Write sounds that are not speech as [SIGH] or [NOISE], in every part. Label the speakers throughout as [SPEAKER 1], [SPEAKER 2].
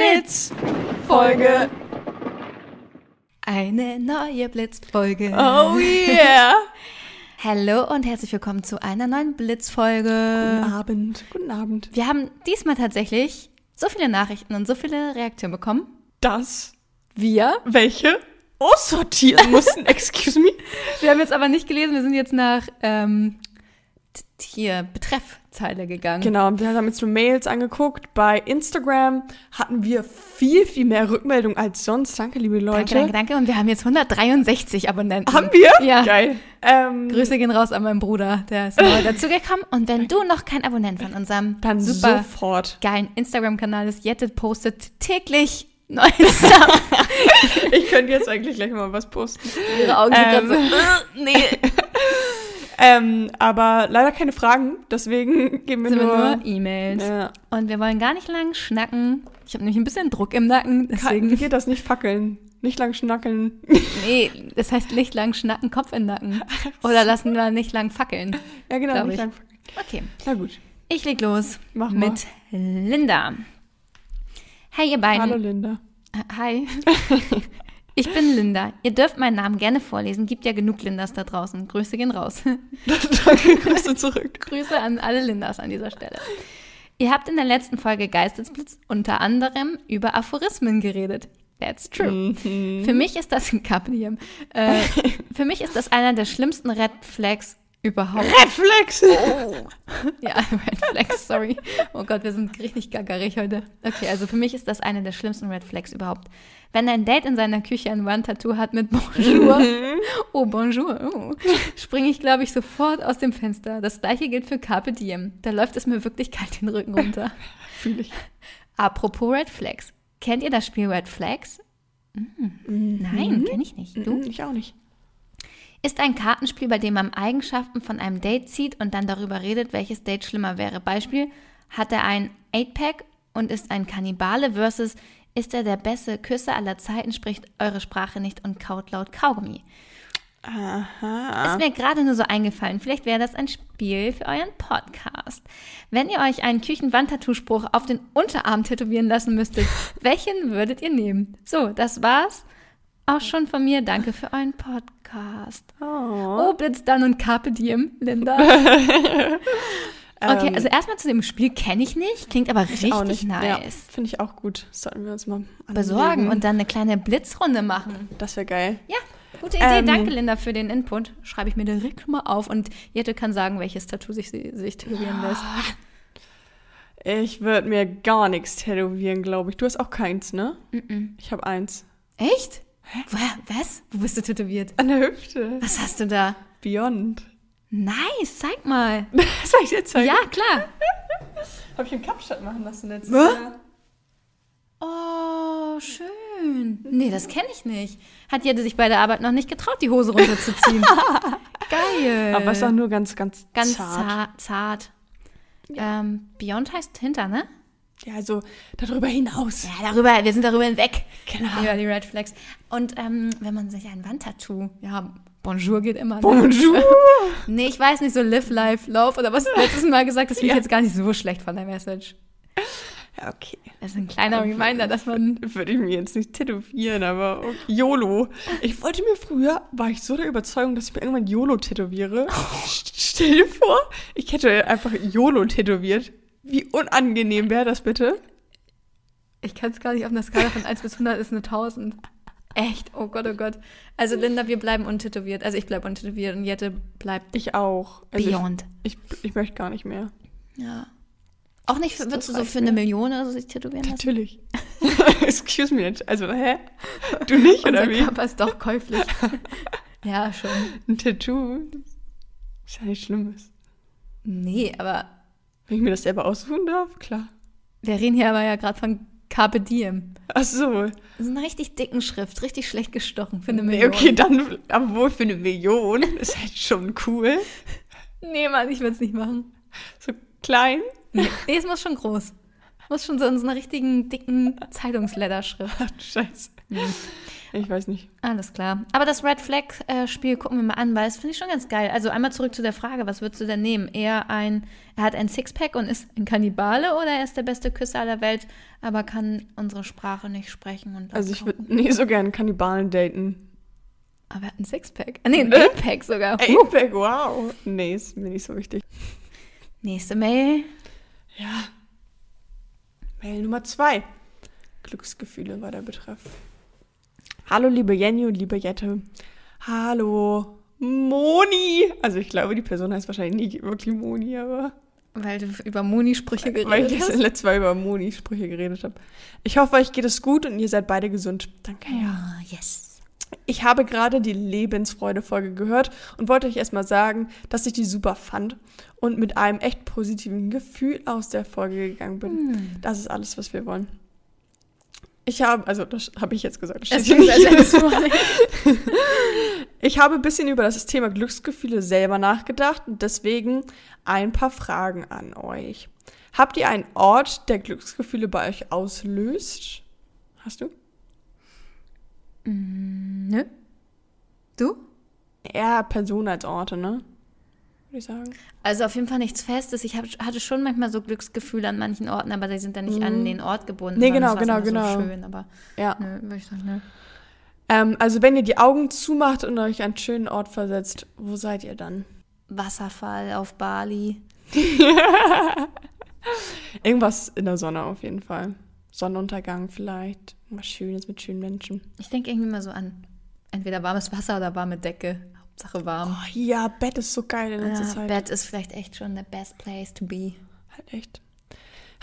[SPEAKER 1] Blitz Folge. Eine neue Blitzfolge.
[SPEAKER 2] Oh yeah.
[SPEAKER 1] Hallo und herzlich willkommen zu einer neuen [LAUGHS] Blitzfolge.
[SPEAKER 2] Guten Abend. Guten Abend.
[SPEAKER 1] Wir haben diesmal tatsächlich so viele Nachrichten und so viele Reaktionen bekommen.
[SPEAKER 2] Das
[SPEAKER 1] Wir?
[SPEAKER 2] welche
[SPEAKER 1] [LAUGHS]
[SPEAKER 2] aussortieren mussten. Excuse me.
[SPEAKER 1] Wir haben jetzt aber nicht gelesen, wir sind jetzt nach ähm, t- hier Betreffzeile gegangen.
[SPEAKER 2] Genau, wir haben jetzt nur Mails angeguckt. Bei Instagram hatten wir viel, viel mehr Rückmeldung als sonst. Danke, liebe
[SPEAKER 1] Danke,
[SPEAKER 2] Leute.
[SPEAKER 1] danke, danke. Und wir haben jetzt 163 Abonnenten.
[SPEAKER 2] Haben wir?
[SPEAKER 1] Ja.
[SPEAKER 2] Geil. Ähm,
[SPEAKER 1] Grüße gehen raus an meinen Bruder, der ist neu dazugekommen. Und wenn du noch kein Abonnent von unserem
[SPEAKER 2] dann
[SPEAKER 1] super
[SPEAKER 2] sofort.
[SPEAKER 1] geilen Instagram-Kanal ist, Jette postet täglich [LAUGHS] neues Stuff.
[SPEAKER 2] Ich könnte jetzt eigentlich gleich mal was posten.
[SPEAKER 1] Ihre Augen sind
[SPEAKER 2] Ähm.
[SPEAKER 1] gerade so, äh, [LAUGHS] nee.
[SPEAKER 2] Ähm, aber leider keine Fragen, deswegen geben wir
[SPEAKER 1] Sind wir
[SPEAKER 2] nur. äh,
[SPEAKER 1] nur E-Mails.
[SPEAKER 2] Ja.
[SPEAKER 1] Und wir wollen gar nicht lang schnacken. Ich habe nämlich ein bisschen Druck im Nacken,
[SPEAKER 2] Deswegen
[SPEAKER 1] deswegen.
[SPEAKER 2] geht das nicht fackeln. Nicht lang schnackeln. [LAUGHS]
[SPEAKER 1] Nee, das heißt nicht lang schnacken, Kopf in den Nacken. Oder lassen wir nicht lang fackeln.
[SPEAKER 2] Ja, genau,
[SPEAKER 1] Glaub
[SPEAKER 2] nicht
[SPEAKER 1] ich.
[SPEAKER 2] lang fackeln.
[SPEAKER 1] Okay,
[SPEAKER 2] Na gut.
[SPEAKER 1] ich leg los
[SPEAKER 2] Mach mal.
[SPEAKER 1] mit Linda. Hey ihr beiden.
[SPEAKER 2] Hallo Linda. [LAUGHS]
[SPEAKER 1] Äh, Hi. Ich bin Linda. Ihr dürft meinen Namen gerne vorlesen. Gibt ja genug Lindas da draußen. Grüße gehen raus.
[SPEAKER 2] Danke, Grüße zurück.
[SPEAKER 1] Grüße an alle Lindas an dieser Stelle. Ihr habt in der letzten Folge Geistesblitz unter anderem über Aphorismen geredet. That's true.
[SPEAKER 2] Mhm.
[SPEAKER 1] Für mich ist das ein Kapnium. Äh, für mich ist das einer der schlimmsten Red Flags überhaupt.
[SPEAKER 2] Reflex!
[SPEAKER 1] Oh. Ja, [LAUGHS] Red Flags, sorry. Oh Gott, wir sind richtig gaggerig heute. Okay, also für mich ist das eine der schlimmsten Red Flags überhaupt. Wenn ein Date in seiner Küche ein Wandtattoo hat mit Bonjour, oh Bonjour, oh, springe ich, glaube ich, sofort aus dem Fenster. Das gleiche gilt für Carpe Diem. Da läuft es mir wirklich kalt den Rücken runter.
[SPEAKER 2] [LAUGHS] Fühl ich.
[SPEAKER 1] Apropos Red Flags. Kennt ihr das Spiel Red Flags? Mm, nein, kenne ich nicht. Du?
[SPEAKER 2] Du? Hm, Ich auch nicht.
[SPEAKER 1] Ist ein Kartenspiel, bei dem man Eigenschaften von einem Date zieht und dann darüber redet, welches Date schlimmer wäre. Beispiel, hat er ein 8-Pack und ist ein Kannibale versus ist er der beste Küsser aller Zeiten, spricht eure Sprache nicht und kaut laut Kaugummi.
[SPEAKER 2] Aha. Ah.
[SPEAKER 1] Ist mir gerade nur so eingefallen. Vielleicht wäre das ein Spiel für euren Podcast. Wenn ihr euch einen Küchenwandtattoo-Spruch auf den Unterarm tätowieren lassen
[SPEAKER 2] [LAUGHS]
[SPEAKER 1] müsstet, welchen würdet ihr nehmen? So, das war's auch schon von mir. Danke für euren Podcast.
[SPEAKER 2] Oh.
[SPEAKER 1] Oh, Blitz dann und Carpe Diem,
[SPEAKER 2] [LAUGHS]
[SPEAKER 1] Linda. okay,
[SPEAKER 2] Ähm,
[SPEAKER 1] also erstmal zu dem Spiel kenne ich nicht, klingt aber richtig
[SPEAKER 2] auch nicht.
[SPEAKER 1] nice.
[SPEAKER 2] Ja, Mhm. Finde ich auch gut. Sollten wir uns mal anlegen.
[SPEAKER 1] Besorgen und dann eine kleine Blitzrunde machen.
[SPEAKER 2] Das wäre geil.
[SPEAKER 1] Ja, gute Idee.
[SPEAKER 2] Ähm,
[SPEAKER 1] Danke, Linda, für den Input. Schreibe ich mir direkt mal auf und Jette kann sagen, welches Tattoo sich, sich tätowieren lässt.
[SPEAKER 2] Ich würde mir gar nichts tätowieren, glaube ich. Du hast auch keins, ne?
[SPEAKER 1] Mm-mm.
[SPEAKER 2] Ich habe eins.
[SPEAKER 1] [GASPS] Echt? Woher, was? Wo bist du tätowiert?
[SPEAKER 2] An der Hüfte.
[SPEAKER 1] Was hast du da?
[SPEAKER 2] Beyond. [LAUGHS]
[SPEAKER 1] Nice, zeig mal.
[SPEAKER 2] Soll ich dir zeigen?
[SPEAKER 1] Ja, klar.
[SPEAKER 2] Habe ich im Kapstadt machen lassen letztes
[SPEAKER 1] Hä?
[SPEAKER 2] Jahr.
[SPEAKER 1] Oh, schön. Nee, das kenne ich nicht. Hat Jette sich bei der Arbeit noch nicht getraut, die Hose runterzuziehen. [LAUGHS] Geil.
[SPEAKER 2] Aber es ist auch nur ganz, ganz,
[SPEAKER 1] Äh, ganz
[SPEAKER 2] zart.
[SPEAKER 1] zart. zart. Ähm, Beyond heißt hinter, ne?
[SPEAKER 2] Ja, also darüber hinaus. [LAUGHS]
[SPEAKER 1] Ja, darüber, wir sind darüber hinweg.
[SPEAKER 2] Genau.
[SPEAKER 1] Über die Red Flags. Und ähm, wenn man sich ein Wandtattoo, ja, Bonjour geht immer. ne? [LAUGHS]
[SPEAKER 2] Bonjour.
[SPEAKER 1] Nee, ich weiß nicht, so Live, Life, Love oder was du letztes Mal gesagt hast, finde ich jetzt gar nicht so schlecht von der Message.
[SPEAKER 2] Ja, okay.
[SPEAKER 1] Das ist ein kleiner Reminder, dass man
[SPEAKER 2] Würde ich mir jetzt nicht tätowieren, aber okay. YOLO. Ich wollte mir früher, war ich so der Überzeugung, dass ich mir irgendwann
[SPEAKER 1] [LAUGHS]
[SPEAKER 2] YOLO tätowiere. St- Stell dir vor, ich hätte einfach YOLO tätowiert. Wie unangenehm wäre das bitte?
[SPEAKER 1] Ich kann es gar nicht auf einer Skala von 1 bis 100 ist eine 1000. Echt? Oh Gott, oh Gott. Also Linda, wir bleiben untätowiert. Also ich bleibe untätowiert und Jette bleibt
[SPEAKER 2] Ich auch. Also ich,
[SPEAKER 1] beyond.
[SPEAKER 2] ich, ich möchte gar nicht mehr.
[SPEAKER 1] Ja. Auch nicht, für- würdest du so
[SPEAKER 2] reicht
[SPEAKER 1] für eine
[SPEAKER 2] mir.
[SPEAKER 1] Million oder so sich tätowieren lassen?
[SPEAKER 2] Natürlich. [LAUGHS] Excuse me. Also, hä? Du nicht, oder
[SPEAKER 1] Unser
[SPEAKER 2] wie?
[SPEAKER 1] Körper ist doch käuflich. [LAUGHS] ja, schon.
[SPEAKER 2] Ein Tattoo. Ist ja nichts Schlimmes.
[SPEAKER 1] Nee, aber
[SPEAKER 2] Wenn ich mir das selber aussuchen darf, klar.
[SPEAKER 1] wir reden hier aber ja gerade von Carpe Diem.
[SPEAKER 2] Ach so.
[SPEAKER 1] Das ist eine richtig dicken Schrift, richtig schlecht gestochen für eine
[SPEAKER 2] Nee,
[SPEAKER 1] Million.
[SPEAKER 2] okay, dann, aber wohl für eine Million. [LAUGHS] Ist halt schon cool.
[SPEAKER 1] Nee, Mann, ich würde es nicht machen.
[SPEAKER 2] So klein. [LAUGHS]
[SPEAKER 1] Nee, es muss schon groß. Muss schon so in so einer richtigen dicken Zeitungsledderschrift. [LAUGHS]
[SPEAKER 2] Ach, du Scheiße. Ich weiß nicht.
[SPEAKER 1] Alles klar. Aber das Red Flag-Spiel gucken wir mal an, weil das finde ich schon ganz geil. Also einmal zurück zu der Frage, was würdest du denn nehmen? Eher ein, er hat ein Sixpack und ist ein Kannibale oder er ist der beste Küsser aller Welt, aber kann unsere Sprache nicht sprechen? Und
[SPEAKER 2] Also ich
[SPEAKER 1] würde.
[SPEAKER 2] würde nie so gern Kannibalen daten.
[SPEAKER 1] Aber er hat ein Sixpack. Ah, nee, ein
[SPEAKER 2] Äh?
[SPEAKER 1] Eightpack sogar.
[SPEAKER 2] Eightpack, [LAUGHS] wow. Nee, ist mir nicht so wichtig.
[SPEAKER 1] Nächste Mail.
[SPEAKER 2] Ja. Mail Nummer zwei. Glücksgefühle war der Betreff. Hallo, liebe Jenny und liebe Jette. Hallo, Moni. Also ich glaube, die Person heißt wahrscheinlich nicht wirklich Moni, aber
[SPEAKER 1] Weil du über Moni-Sprüche
[SPEAKER 2] weil ich
[SPEAKER 1] geredet
[SPEAKER 2] gestern
[SPEAKER 1] hast.
[SPEAKER 2] letztes Mal über Moni-Sprüche geredet habe. Ich hoffe, euch geht es gut und ihr seid beide gesund. Danke, ja.
[SPEAKER 1] Ah, yes.
[SPEAKER 2] Ich habe gerade die Lebensfreude-Folge gehört und wollte euch erstmal sagen, dass ich die super fand und mit einem echt positiven Gefühl aus der Folge gegangen bin. Das ist alles, was wir wollen. Ich habe, also das habe ich jetzt gesagt. Das steht
[SPEAKER 1] Es
[SPEAKER 2] hier
[SPEAKER 1] klingt, als
[SPEAKER 2] nicht.
[SPEAKER 1] hättest du mal-
[SPEAKER 2] [LAUGHS] Ich habe ein bisschen über das Thema Glücksgefühle selber nachgedacht und deswegen ein paar Fragen an euch. Habt ihr einen Ort, der Glücksgefühle bei euch auslöst? Hast du?
[SPEAKER 1] Nö. Du?
[SPEAKER 2] Eher Personen als Orte, ne? Würde ich sagen.
[SPEAKER 1] Also auf jeden Fall nichts Festes. Ich hab, hatte schon manchmal so Glücksgefühle an manchen Orten, aber die sind dann nicht an den Ort gebunden.
[SPEAKER 2] Nee,
[SPEAKER 1] sondern es
[SPEAKER 2] genau,
[SPEAKER 1] war
[SPEAKER 2] genau,
[SPEAKER 1] So
[SPEAKER 2] genau.
[SPEAKER 1] schön, aber
[SPEAKER 2] Ja.
[SPEAKER 1] nö, würde ich sagen, nö.
[SPEAKER 2] Ähm, also wenn ihr die Augen zumacht und euch an einen schönen Ort versetzt, wo seid ihr dann?
[SPEAKER 1] Wasserfall auf Bali.
[SPEAKER 2] Irgendwas in der Sonne auf jeden Fall. Sonnenuntergang vielleicht. Was Schönes mit schönen Menschen.
[SPEAKER 1] Ich denke irgendwie mal so an entweder warmes Wasser oder warme Decke. Hauptsache
[SPEAKER 2] Oh
[SPEAKER 1] warm.
[SPEAKER 2] ja, Bett ist so geil in
[SPEAKER 1] ja,
[SPEAKER 2] letzter
[SPEAKER 1] halt.
[SPEAKER 2] Zeit.
[SPEAKER 1] Bett ist vielleicht echt schon the best place to be.
[SPEAKER 2] Halt echt.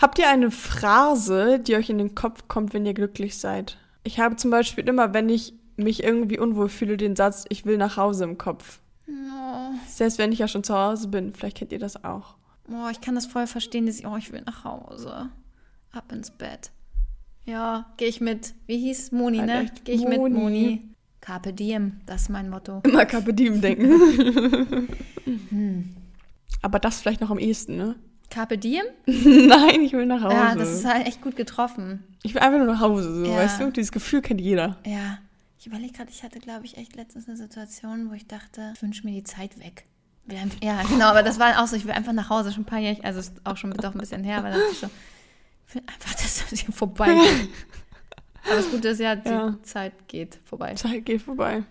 [SPEAKER 2] Habt ihr eine Phrase, die euch in den Kopf kommt, wenn ihr glücklich seid? Ich habe zum Beispiel immer, wenn ich mich irgendwie unwohl fühle, den Satz, ich will nach Hause im Kopf.
[SPEAKER 1] Oh,
[SPEAKER 2] Selbst wenn ich ja schon zu Hause bin, vielleicht kennt ihr das auch.
[SPEAKER 1] oh, ich kann das voll verstehen, dass ich, oh, ich will nach Hause. Ab ins Bett. Ja, gehe ich mit. Wie hieß Moni,
[SPEAKER 2] Halt
[SPEAKER 1] ne?
[SPEAKER 2] echt.
[SPEAKER 1] Gehe ich mit
[SPEAKER 2] Moni.
[SPEAKER 1] Moni. Carpe diem, das ist mein Motto.
[SPEAKER 2] Immer Carpe Diem denken. Hm. Aber das vielleicht noch am ehesten, ne?
[SPEAKER 1] Carpe diem?
[SPEAKER 2] [LAUGHS] Nein, ich will nach Hause.
[SPEAKER 1] Ja, das ist halt echt gut getroffen.
[SPEAKER 2] ich will einfach nur nach Hause, so,
[SPEAKER 1] Ja.
[SPEAKER 2] weißt du? Dieses Gefühl kennt jeder.
[SPEAKER 1] Ja. Ich überlege gerade, ich hatte, glaube ich, echt letztens eine Situation, wo ich dachte, ich wünsche mir die Zeit weg. Will einfach- Ja, genau, aber das war auch so, ich will einfach nach Hause, schon ein paar Jahre, also ist auch schon doch ein bisschen her, aber dann dachte ich so, ich will einfach, [LAUGHS] dass das hier vorbei
[SPEAKER 2] [LAUGHS]
[SPEAKER 1] geht. Aber das Gute ist ja, die
[SPEAKER 2] Ja.
[SPEAKER 1] Zeit geht vorbei.
[SPEAKER 2] Zeit geht vorbei.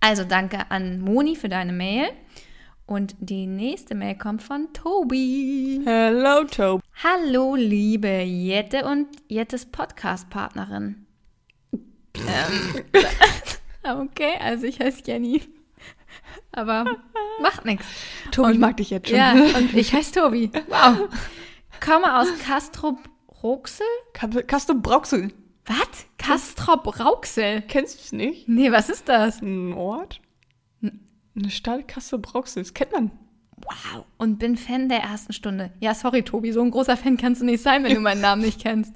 [SPEAKER 1] Also danke an Moni für deine Mail. Und die nächste Mail kommt von Tobi.
[SPEAKER 2] Hello, Tobe.
[SPEAKER 1] Hallo, liebe Jette und Jettes Podcast-Partnerin. ähm, [LAUGHS] okay, also ich heiße Jenny. Aber macht nichts.
[SPEAKER 2] Tobi mag dich jetzt
[SPEAKER 1] [LAUGHS]
[SPEAKER 2] schon.
[SPEAKER 1] Ja,
[SPEAKER 2] [LAUGHS]
[SPEAKER 1] und ich heiße Tobi. Wow. Komme aus Kastrop Roxel?
[SPEAKER 2] Castor Broxel.
[SPEAKER 1] Was? Kastrop Rauxel?
[SPEAKER 2] Kennst du es nicht?
[SPEAKER 1] Nee, was ist das?
[SPEAKER 2] Ein Ort? Eine Stadt Castor Broxel. Das kennt man.
[SPEAKER 1] Wow. Und bin Fan der ersten Stunde. Ja, sorry, Tobi, so ein großer Fan kannst du nicht sein, wenn du meinen Namen nicht kennst.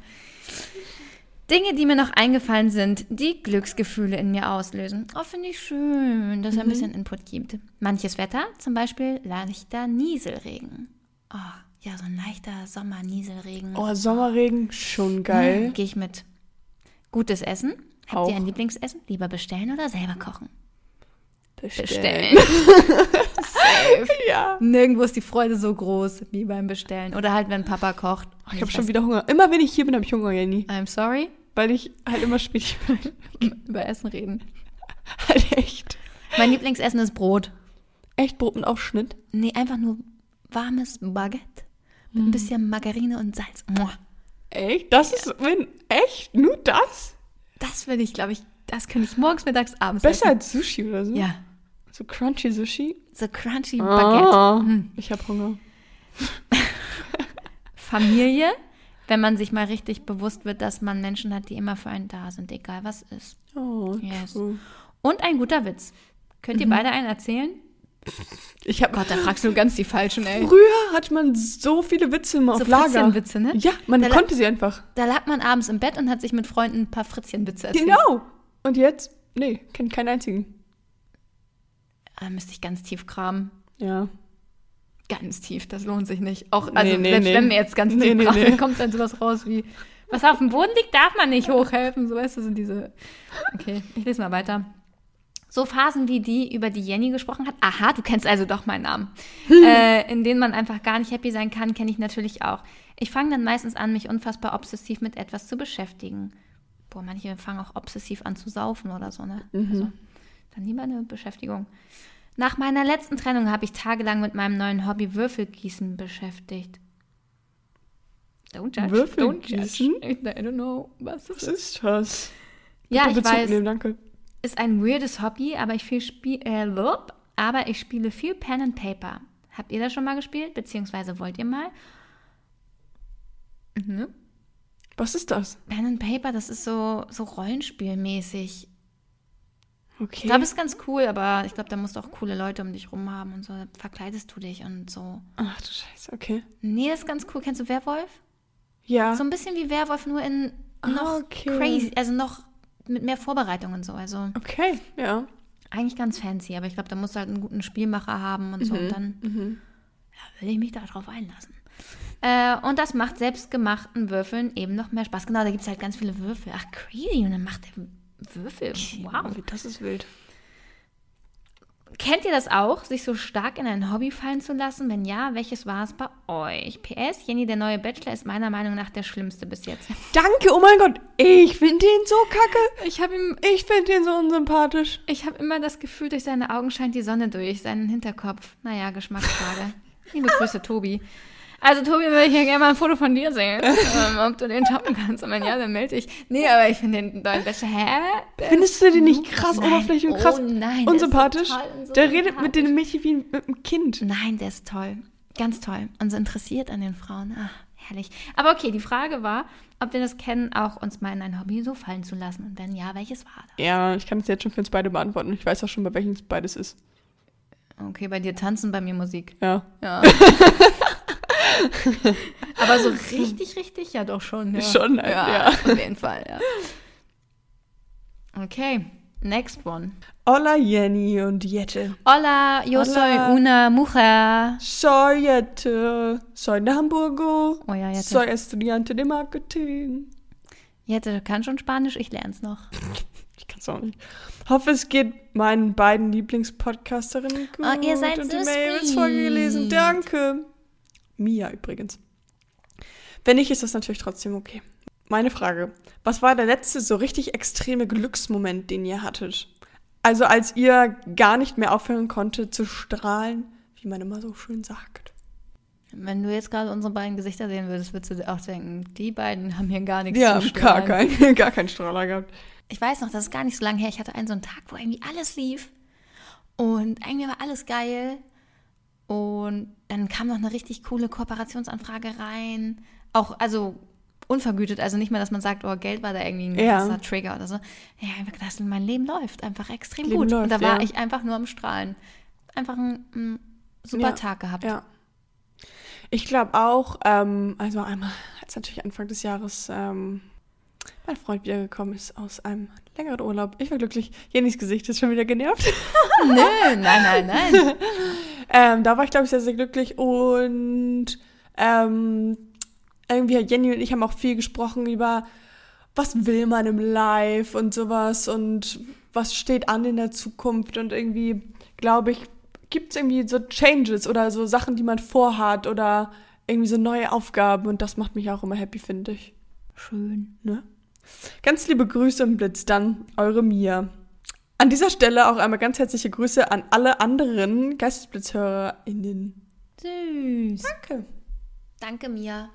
[SPEAKER 1] Dinge, die mir noch eingefallen sind, die Glücksgefühle in mir auslösen. Oh, finde ich schön, dass er
[SPEAKER 2] Mhm.
[SPEAKER 1] ein bisschen Input gibt. Manches Wetter, zum Beispiel leichter Nieselregen. Oh, ja, so ein leichter Sommer-Nieselregen.
[SPEAKER 2] Oh, Sommerregen, schon geil.
[SPEAKER 1] Gehe ich mit. Gutes Essen. Habt
[SPEAKER 2] Auch.
[SPEAKER 1] ihr ein Lieblingsessen? Lieber bestellen oder selber kochen?
[SPEAKER 2] Bestellen. Ja.
[SPEAKER 1] [LAUGHS] Nirgendwo ist die Freude so groß wie beim Bestellen. Oder halt, wenn Papa kocht.
[SPEAKER 2] Oh, ich habe schon wieder Hunger. Immer wenn ich hier bin, habe ich Hunger, Jenny.
[SPEAKER 1] I'm sorry.
[SPEAKER 2] Weil ich halt immer spät [LAUGHS] bin.
[SPEAKER 1] Über Essen reden.
[SPEAKER 2] halt echt.
[SPEAKER 1] Mein Lieblingsessen ist Brot.
[SPEAKER 2] Echt Brot mit Aufschnitt.
[SPEAKER 1] Nee, einfach nur warmes Baguette mit ein bisschen Margarine und Salz. Muah.
[SPEAKER 2] Echt? Das ist, wenn, echt? Nur das?
[SPEAKER 1] Das würde ich, glaube ich, das könnte ich morgens, mittags, abends
[SPEAKER 2] Besser
[SPEAKER 1] essen.
[SPEAKER 2] als Sushi oder so?
[SPEAKER 1] Ja. Ah.
[SPEAKER 2] So crunchy Sushi.
[SPEAKER 1] So crunchy Baguette. Hm.
[SPEAKER 2] Ich habe Hunger.
[SPEAKER 1] Oh. Familie, wenn man sich mal richtig bewusst wird, dass man Menschen hat, die immer für einen da sind, egal was ist.
[SPEAKER 2] Oh,
[SPEAKER 1] Yes.
[SPEAKER 2] true.
[SPEAKER 1] Und ein guter Witz. Könnt ihr beide einen erzählen?
[SPEAKER 2] Ich habe
[SPEAKER 1] Gott, da fragst du ganz die Falschen, ey.
[SPEAKER 2] Früher hatte man so viele Witze immer
[SPEAKER 1] So
[SPEAKER 2] auf Lager.
[SPEAKER 1] Fritzchenwitze, ne?
[SPEAKER 2] Ja, man
[SPEAKER 1] Da la-
[SPEAKER 2] konnte sie einfach.
[SPEAKER 1] Da lag man abends im Bett und hat sich mit Freunden ein paar Fritzchenwitze erzählt.
[SPEAKER 2] Genau. Und jetzt? Nee, kennt keinen einzigen.
[SPEAKER 1] Da Ah, müsste ich ganz tief kramen.
[SPEAKER 2] Ja.
[SPEAKER 1] ganz tief, das lohnt sich nicht. Auch,
[SPEAKER 2] Nee,
[SPEAKER 1] also
[SPEAKER 2] nee,
[SPEAKER 1] selbst
[SPEAKER 2] nee.
[SPEAKER 1] wenn wir jetzt ganz
[SPEAKER 2] Nee,
[SPEAKER 1] tief
[SPEAKER 2] nee,
[SPEAKER 1] graben,
[SPEAKER 2] nee.
[SPEAKER 1] kommt dann sowas raus wie Was auf dem Boden liegt, darf man nicht hochhelfen. So weißt du, sind diese. Okay, ich lese mal weiter. So Phasen wie die, über die Jenny gesprochen hat. Aha, du kennst also doch meinen Namen.
[SPEAKER 2] Hm.
[SPEAKER 1] äh, in denen man einfach gar nicht happy sein kann, kenne ich natürlich auch. Ich fange dann meistens an, mich unfassbar obsessiv mit etwas zu beschäftigen. Boah, manche fangen auch obsessiv an zu saufen oder so, ne?
[SPEAKER 2] Mhm.
[SPEAKER 1] Also, dann lieber eine Beschäftigung. Nach meiner letzten Trennung habe ich tagelang mit meinem neuen Hobby Würfelgießen beschäftigt. Don't judge. don't judge.
[SPEAKER 2] Würfelgießen?
[SPEAKER 1] [LAUGHS] I don't know, was das
[SPEAKER 2] Was
[SPEAKER 1] ist.
[SPEAKER 2] ist das?
[SPEAKER 1] Ja,
[SPEAKER 2] Bitte
[SPEAKER 1] ich
[SPEAKER 2] Bezug
[SPEAKER 1] weiß,
[SPEAKER 2] Nehmen, danke.
[SPEAKER 1] ist ein weirdes Hobby, aber ich, viel spiel, äh, lup, aber ich spiele viel Pen and Paper. Habt ihr das schon mal gespielt? Beziehungsweise wollt ihr mal? Mhm.
[SPEAKER 2] Was ist das?
[SPEAKER 1] Pen and Paper, das ist so, so Rollenspielmäßig. Ich
[SPEAKER 2] Okay.
[SPEAKER 1] glaube, es ist ganz cool, aber ich glaube, da musst du auch coole Leute um dich rum haben und so. Da Verkleidest du dich und so.
[SPEAKER 2] Ach du Scheiße, okay.
[SPEAKER 1] Nee, das ist ganz cool. Kennst du Werwolf?
[SPEAKER 2] Ja.
[SPEAKER 1] So ein bisschen wie Werwolf, nur in
[SPEAKER 2] Ah,
[SPEAKER 1] noch
[SPEAKER 2] okay.
[SPEAKER 1] crazy, also noch mit mehr Vorbereitung und so. Also
[SPEAKER 2] Okay, ja.
[SPEAKER 1] eigentlich ganz fancy, aber ich glaube, da musst du halt einen guten Spielmacher haben und so.
[SPEAKER 2] Mhm,
[SPEAKER 1] Und dann ja, will ich mich darauf einlassen. Äh, und das macht selbstgemachten Würfeln eben noch mehr Spaß. Genau, da gibt es halt ganz viele Würfel. Ach, crazy. Und dann macht er Würfel. Wow.
[SPEAKER 2] Das ist wild.
[SPEAKER 1] Kennt ihr das auch, sich so stark in ein Hobby fallen zu lassen? Wenn ja, welches war es bei euch? PS, Jenny, der neue Bachelor ist meiner Meinung nach der schlimmste bis jetzt.
[SPEAKER 2] Danke, oh mein Gott. Ich finde den so
[SPEAKER 1] [LAUGHS]
[SPEAKER 2] kacke.
[SPEAKER 1] Ich habe ihm
[SPEAKER 2] Ich finde den so unsympathisch.
[SPEAKER 1] Ich habe immer das Gefühl, durch seine Augen scheint die Sonne durch, seinen Hinterkopf. Naja, Geschmacksfrage. [LAUGHS] Liebe Grüße, Tobi. Also, Tobi, würde ich ja gerne mal ein Foto von dir sehen, [LAUGHS] ähm, ob du den toppen kannst. Und wenn ja, dann melde ich. Nee, aber ich finde den neuen Bachelor, hä?
[SPEAKER 2] Findest du den nicht krass
[SPEAKER 1] Nein.
[SPEAKER 2] oberflächlich und krass
[SPEAKER 1] Oh nein, der ist so
[SPEAKER 2] unsympathisch?
[SPEAKER 1] toll und
[SPEAKER 2] der redet
[SPEAKER 1] sympathisch.
[SPEAKER 2] mit den Mädchen wie mit einem Kind.
[SPEAKER 1] Nein, der ist toll. Ganz toll. Und so interessiert an den Frauen. Ach, herrlich. Aber okay, die Frage war, ob wir das kennen, auch uns mal in ein Hobby so fallen zu lassen. Und wenn ja, welches war
[SPEAKER 2] Ja, ich kann es jetzt schon für uns beide beantworten. Ich weiß auch schon, bei welchem es beides ist.
[SPEAKER 1] das? Okay, bei dir tanzen, bei mir Musik.
[SPEAKER 2] Ja.
[SPEAKER 1] Ja. [LAUGHS] Aber so richtig, richtig, ja doch schon. Ja.
[SPEAKER 2] Schon, äh, ja.
[SPEAKER 1] Auf jeden Fall, ja. Okay, next one.
[SPEAKER 2] Hola Jenny und Jette.
[SPEAKER 1] Hola, yo
[SPEAKER 2] Hola.
[SPEAKER 1] soy una mujer.
[SPEAKER 2] Soy Jette. Soy de Hamburgo.
[SPEAKER 1] Oh ja, Jette.
[SPEAKER 2] Soy estudiante de marketing.
[SPEAKER 1] Jette kann schon Spanisch, ich lerne es noch.
[SPEAKER 2] Ich kann es auch nicht. Hoffe, es geht meinen beiden Lieblingspodcasterinnen gut.
[SPEAKER 1] Oh, ihr seid
[SPEAKER 2] und
[SPEAKER 1] so
[SPEAKER 2] die Mail ist
[SPEAKER 1] sweet.
[SPEAKER 2] vorgelesen. Danke. Mia übrigens. Wenn nicht, ist das natürlich trotzdem okay. Meine Frage. Was war der letzte so richtig extreme Glücksmoment, den ihr hattet? Also als ihr gar nicht mehr aufhören konnte zu strahlen, wie man immer so schön sagt.
[SPEAKER 1] Wenn du jetzt gerade unsere beiden Gesichter sehen würdest, würdest du dir auch denken, die beiden haben hier gar nichts zu
[SPEAKER 2] gar
[SPEAKER 1] strahlen.
[SPEAKER 2] keinen, [LAUGHS] gar keinen Strahler gehabt.
[SPEAKER 1] Ich weiß noch, das ist gar nicht so lange her. Ich hatte einen so einen Tag, wo irgendwie alles lief. Und irgendwie war alles geil. Und dann kam noch eine richtig coole Kooperationsanfrage rein. Auch, also unvergütet, also nicht mehr, dass man sagt, oh, Geld war da irgendwie ein
[SPEAKER 2] Ja.
[SPEAKER 1] krasser Trigger oder so. Ja, einfach gedacht, mein Leben läuft einfach extrem
[SPEAKER 2] Leben
[SPEAKER 1] gut. und da
[SPEAKER 2] läuft,
[SPEAKER 1] war
[SPEAKER 2] ja.
[SPEAKER 1] ich einfach nur am Strahlen. Einfach einen, einen super
[SPEAKER 2] Ja,
[SPEAKER 1] Tag
[SPEAKER 2] [LAUGHS]
[SPEAKER 1] gehabt.
[SPEAKER 2] Ja. Ich glaube auch, ähm, also einmal, als natürlich Anfang des Jahres ähm, mein Freund wiedergekommen ist aus einem längeren Urlaub. Ich war glücklich. Jennys Gesicht ist schon wieder genervt.
[SPEAKER 1] Nö, [LAUGHS] nein, nein,
[SPEAKER 2] [LAUGHS]
[SPEAKER 1] nein.
[SPEAKER 2] Ähm, da war ich, glaube ich, sehr, sehr glücklich. Und ähm, irgendwie hat Jenny und ich haben auch viel gesprochen über, was will man im Live und sowas und was steht an in der Zukunft. Und irgendwie, glaube ich, gibt es irgendwie so Changes oder so Sachen, die man vorhat oder irgendwie so neue Aufgaben. Und das macht mich auch immer happy, finde ich.
[SPEAKER 1] Schön.
[SPEAKER 2] Ne? Ganz liebe Grüße und Blitz dann, eure Mia. An dieser Stelle auch einmal ganz herzliche Grüße an alle anderen GeistesblitzhörerInnen.
[SPEAKER 1] Süß.
[SPEAKER 2] Danke.
[SPEAKER 1] Danke, Mia.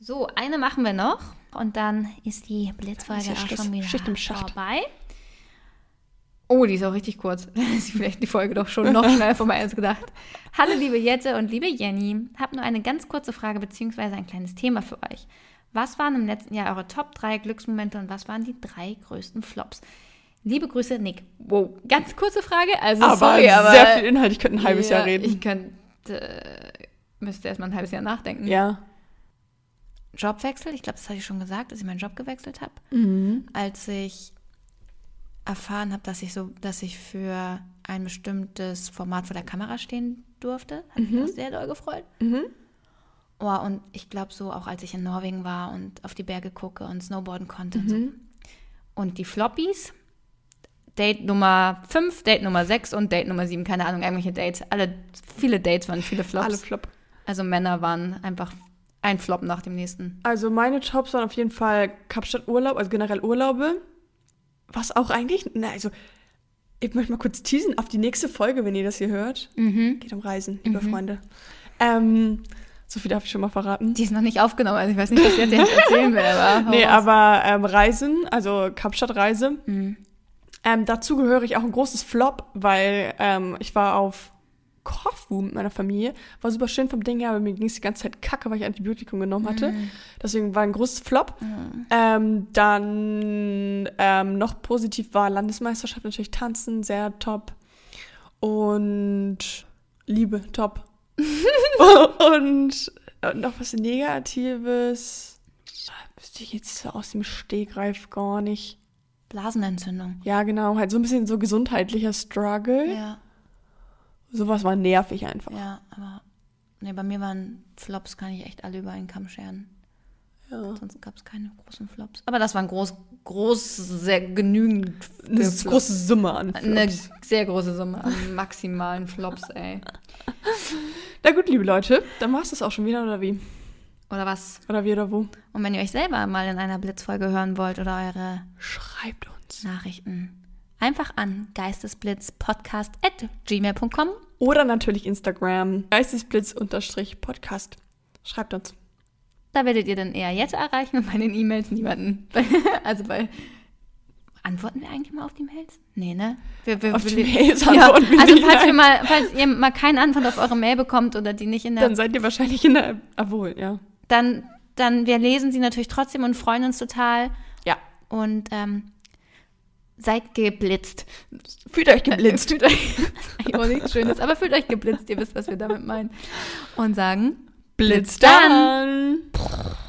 [SPEAKER 1] So, eine machen wir noch und dann ist die Blitzfolge
[SPEAKER 2] Ist ja
[SPEAKER 1] auch
[SPEAKER 2] Schluss.
[SPEAKER 1] schon wieder
[SPEAKER 2] Schicht im Schacht.
[SPEAKER 1] vorbei. Oh, die ist auch richtig kurz. [LAUGHS] Dann ist vielleicht die Folge doch schon [LAUGHS] noch schneller vorbei als gedacht. Hallo, liebe Jette und liebe Jenny. Hab nur eine ganz kurze Frage bzw. ein kleines Thema für euch. Was waren im letzten Jahr eure Top 3 Glücksmomente und was waren die drei größten Flops? Liebe Grüße, Nick. Wow, ganz kurze Frage. Also,
[SPEAKER 2] Aber
[SPEAKER 1] sorry, aber
[SPEAKER 2] sehr viel Inhalt, ich könnte ein halbes
[SPEAKER 1] Ja,
[SPEAKER 2] Jahr reden.
[SPEAKER 1] Ich könnte, äh, müsste erstmal ein halbes Jahr nachdenken.
[SPEAKER 2] ja.
[SPEAKER 1] Jobwechsel. Ich glaube, das hatte ich schon gesagt, dass ich meinen Job gewechselt habe. Als ich erfahren habe, dass ich so, dass ich für ein bestimmtes Format vor der Kamera stehen durfte, hat mich auch sehr doll gefreut. Oh, und ich glaube so, auch als ich in Norwegen war und auf die Berge gucke und snowboarden konnte und so. Und die Floppies, Date Nummer 5, Date Nummer 6 und Date Nummer 7, keine Ahnung, irgendwelche Dates. Alle, viele Dates waren viele Flops.
[SPEAKER 2] Alle Flop.
[SPEAKER 1] also Männer waren einfach ein Flop nach dem nächsten.
[SPEAKER 2] Also meine Jobs waren auf jeden Fall Kapstadt-Urlaub, also generell Urlaube. Was auch eigentlich, na also, ich möchte mal kurz teasen auf die nächste Folge, wenn ihr das hier hört. Geht um Reisen, liebe
[SPEAKER 1] Mhm.
[SPEAKER 2] Freunde. Ähm, so viel darf ich schon mal verraten.
[SPEAKER 1] Die ist noch nicht aufgenommen, also ich weiß nicht, was ich jetzt hier erzählen will, aber. hau
[SPEAKER 2] [LAUGHS] nee,
[SPEAKER 1] raus. Mhm.
[SPEAKER 2] aber ähm, Reisen, also Kapstadt-Reise. Ähm, dazu gehöre ich auch ein großes Flop, weil ähm, ich war auf Korfu mit meiner Familie. War super schön vom Ding her, aber mir ging es die ganze Zeit kacke, weil ich Antibiotikum genommen hatte.
[SPEAKER 1] Mhm.
[SPEAKER 2] Deswegen war ein großes Flop. Ähm, dann ähm, noch positiv war Landesmeisterschaft natürlich Tanzen, sehr top. Und Liebe,
[SPEAKER 1] [LAUGHS]
[SPEAKER 2] top. und äh, noch was Negatives. Wüsste ich jetzt so aus dem Stegreif gar nicht.
[SPEAKER 1] Blasenentzündung.
[SPEAKER 2] Ja, genau. Halt so ein bisschen so gesundheitlicher Struggle.
[SPEAKER 1] Ja,
[SPEAKER 2] Sowas war nervig einfach.
[SPEAKER 1] ja, aber. Nee, bei mir waren Flops, kann ich echt alle über einen Kamm scheren.
[SPEAKER 2] Ja.
[SPEAKER 1] Sonst gab es keine großen Flops. Aber das waren groß, groß, sehr genügend.
[SPEAKER 2] Eine große Summe an.
[SPEAKER 1] Eine
[SPEAKER 2] Flops.
[SPEAKER 1] sehr große Summe an maximalen Flops, ey.
[SPEAKER 2] Na gut, liebe Leute, dann war's das auch schon wieder, oder wie?
[SPEAKER 1] Oder was?
[SPEAKER 2] Oder wie oder wo?
[SPEAKER 1] Und wenn ihr euch selber mal in einer Blitzfolge hören wollt oder eure
[SPEAKER 2] Schreibt uns.
[SPEAKER 1] Nachrichten, einfach an geistesblitzpodcast.gmail.com.
[SPEAKER 2] Oder natürlich Instagram. Geistesblitz-podcast. Schreibt uns.
[SPEAKER 1] Da werdet ihr dann eher jetzt erreichen und bei den E-Mails niemanden. [LAUGHS] also bei. Antworten wir eigentlich mal auf die Mails? Nee, ne? Wir, wir,
[SPEAKER 2] Auf die
[SPEAKER 1] wir-
[SPEAKER 2] Mails
[SPEAKER 1] [LAUGHS] ja,
[SPEAKER 2] antworten wir
[SPEAKER 1] Also
[SPEAKER 2] nicht,
[SPEAKER 1] falls, wir
[SPEAKER 2] nein.
[SPEAKER 1] mal, falls ihr mal keine Antwort auf eure Mail bekommt oder die nicht in der
[SPEAKER 2] Dann seid ihr wahrscheinlich in der. Obwohl, ja.
[SPEAKER 1] dann, dann wir lesen sie natürlich trotzdem und freuen uns total.
[SPEAKER 2] Ja.
[SPEAKER 1] Und ähm, seid geblitzt.
[SPEAKER 2] Fühlt euch geblitzt.
[SPEAKER 1] Fühlt euch, [LAUGHS] eigentlich auch nichts Schönes, aber fühlt euch geblitzt, ihr wisst, was wir damit meinen. Und sagen,
[SPEAKER 2] Blitz
[SPEAKER 1] dann.
[SPEAKER 2] dann.